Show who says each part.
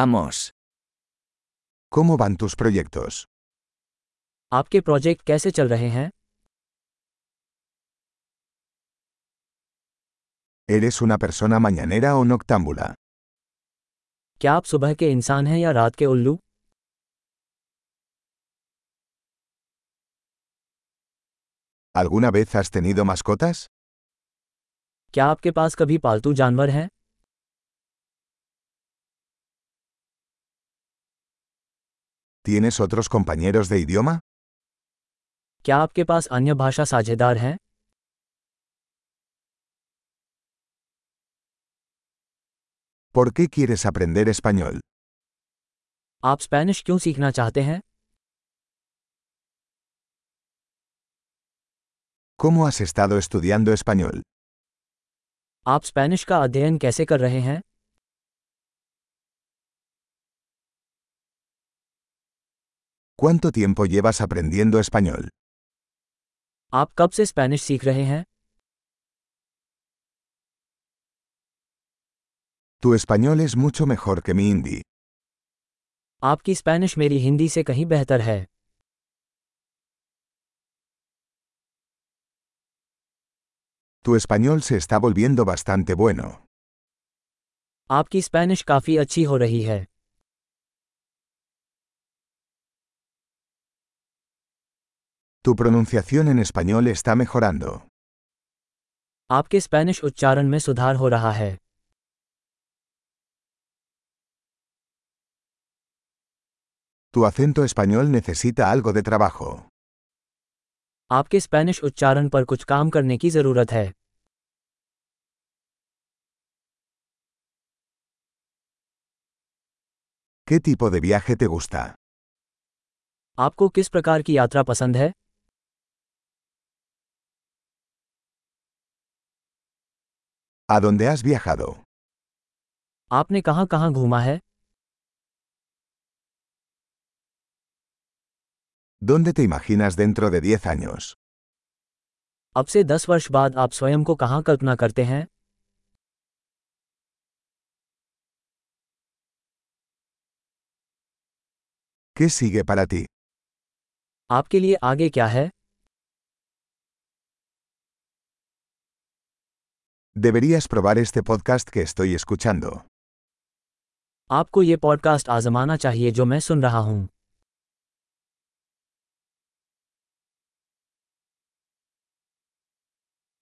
Speaker 1: Vamos.
Speaker 2: ¿Cómo van tus proyectos?
Speaker 3: आपके प्रोजेक्ट कैसे चल रहे हैं
Speaker 2: ¿Eres una persona mañanera o noctámbula?
Speaker 3: क्या आप सुबह के इंसान हैं या रात के उल्लू
Speaker 2: ¿Alguna vez has tenido mascotas?
Speaker 3: क्या आपके पास कभी पालतू जानवर हैं
Speaker 2: ¿Tienes otros compañeros de idioma?
Speaker 3: क्या आपके पास अन्य भाषा साझेदार हैं
Speaker 2: ¿Por qué quieres aprender español?
Speaker 3: आप स्पेनिश क्यों सीखना चाहते हैं
Speaker 2: ¿Cómo has estado estudiando español?
Speaker 3: आप स्पेनिश का अध्ययन कैसे कर रहे हैं
Speaker 2: ¿Cuánto tiempo llevas aprendiendo español?
Speaker 3: आप कब से स्पेनिश सीख रहे हैं
Speaker 2: Tu español es mucho mejor que mi hindi.
Speaker 3: आपकी स्पेनिश मेरी हिंदी से कहीं बेहतर है
Speaker 2: Tu español se está volviendo bastante bueno.
Speaker 3: आपकी स्पेनिश काफ़ी अच्छी हो रही है
Speaker 2: Tu pronunciación en español está mejorando.
Speaker 3: आपके स्पेनिश उच्चारण में सुधार हो रहा है
Speaker 2: Tu acento español necesita algo de trabajo.
Speaker 3: आपके स्पेनिश उच्चारण पर कुछ काम करने की ज़रूरत है
Speaker 2: ¿Qué tipo de viaje te gusta?
Speaker 3: आपको किस प्रकार की यात्रा पसंद है
Speaker 2: ¿A dónde has viajado?
Speaker 3: आपने कहाँ कहाँ घूमा है
Speaker 2: ¿Dónde te imaginas dentro de 10 años?
Speaker 3: अब से दस वर्ष बाद आप स्वयं को कहाँ कल्पना करते हैं
Speaker 2: ¿Qué sigue para ti?
Speaker 3: आपके लिए आगे क्या है
Speaker 2: Deberías probar este podcast que estoy escuchando.
Speaker 3: आपको ये पॉडकास्ट आजमाना चाहिए जो मैं सुन रहा हूँ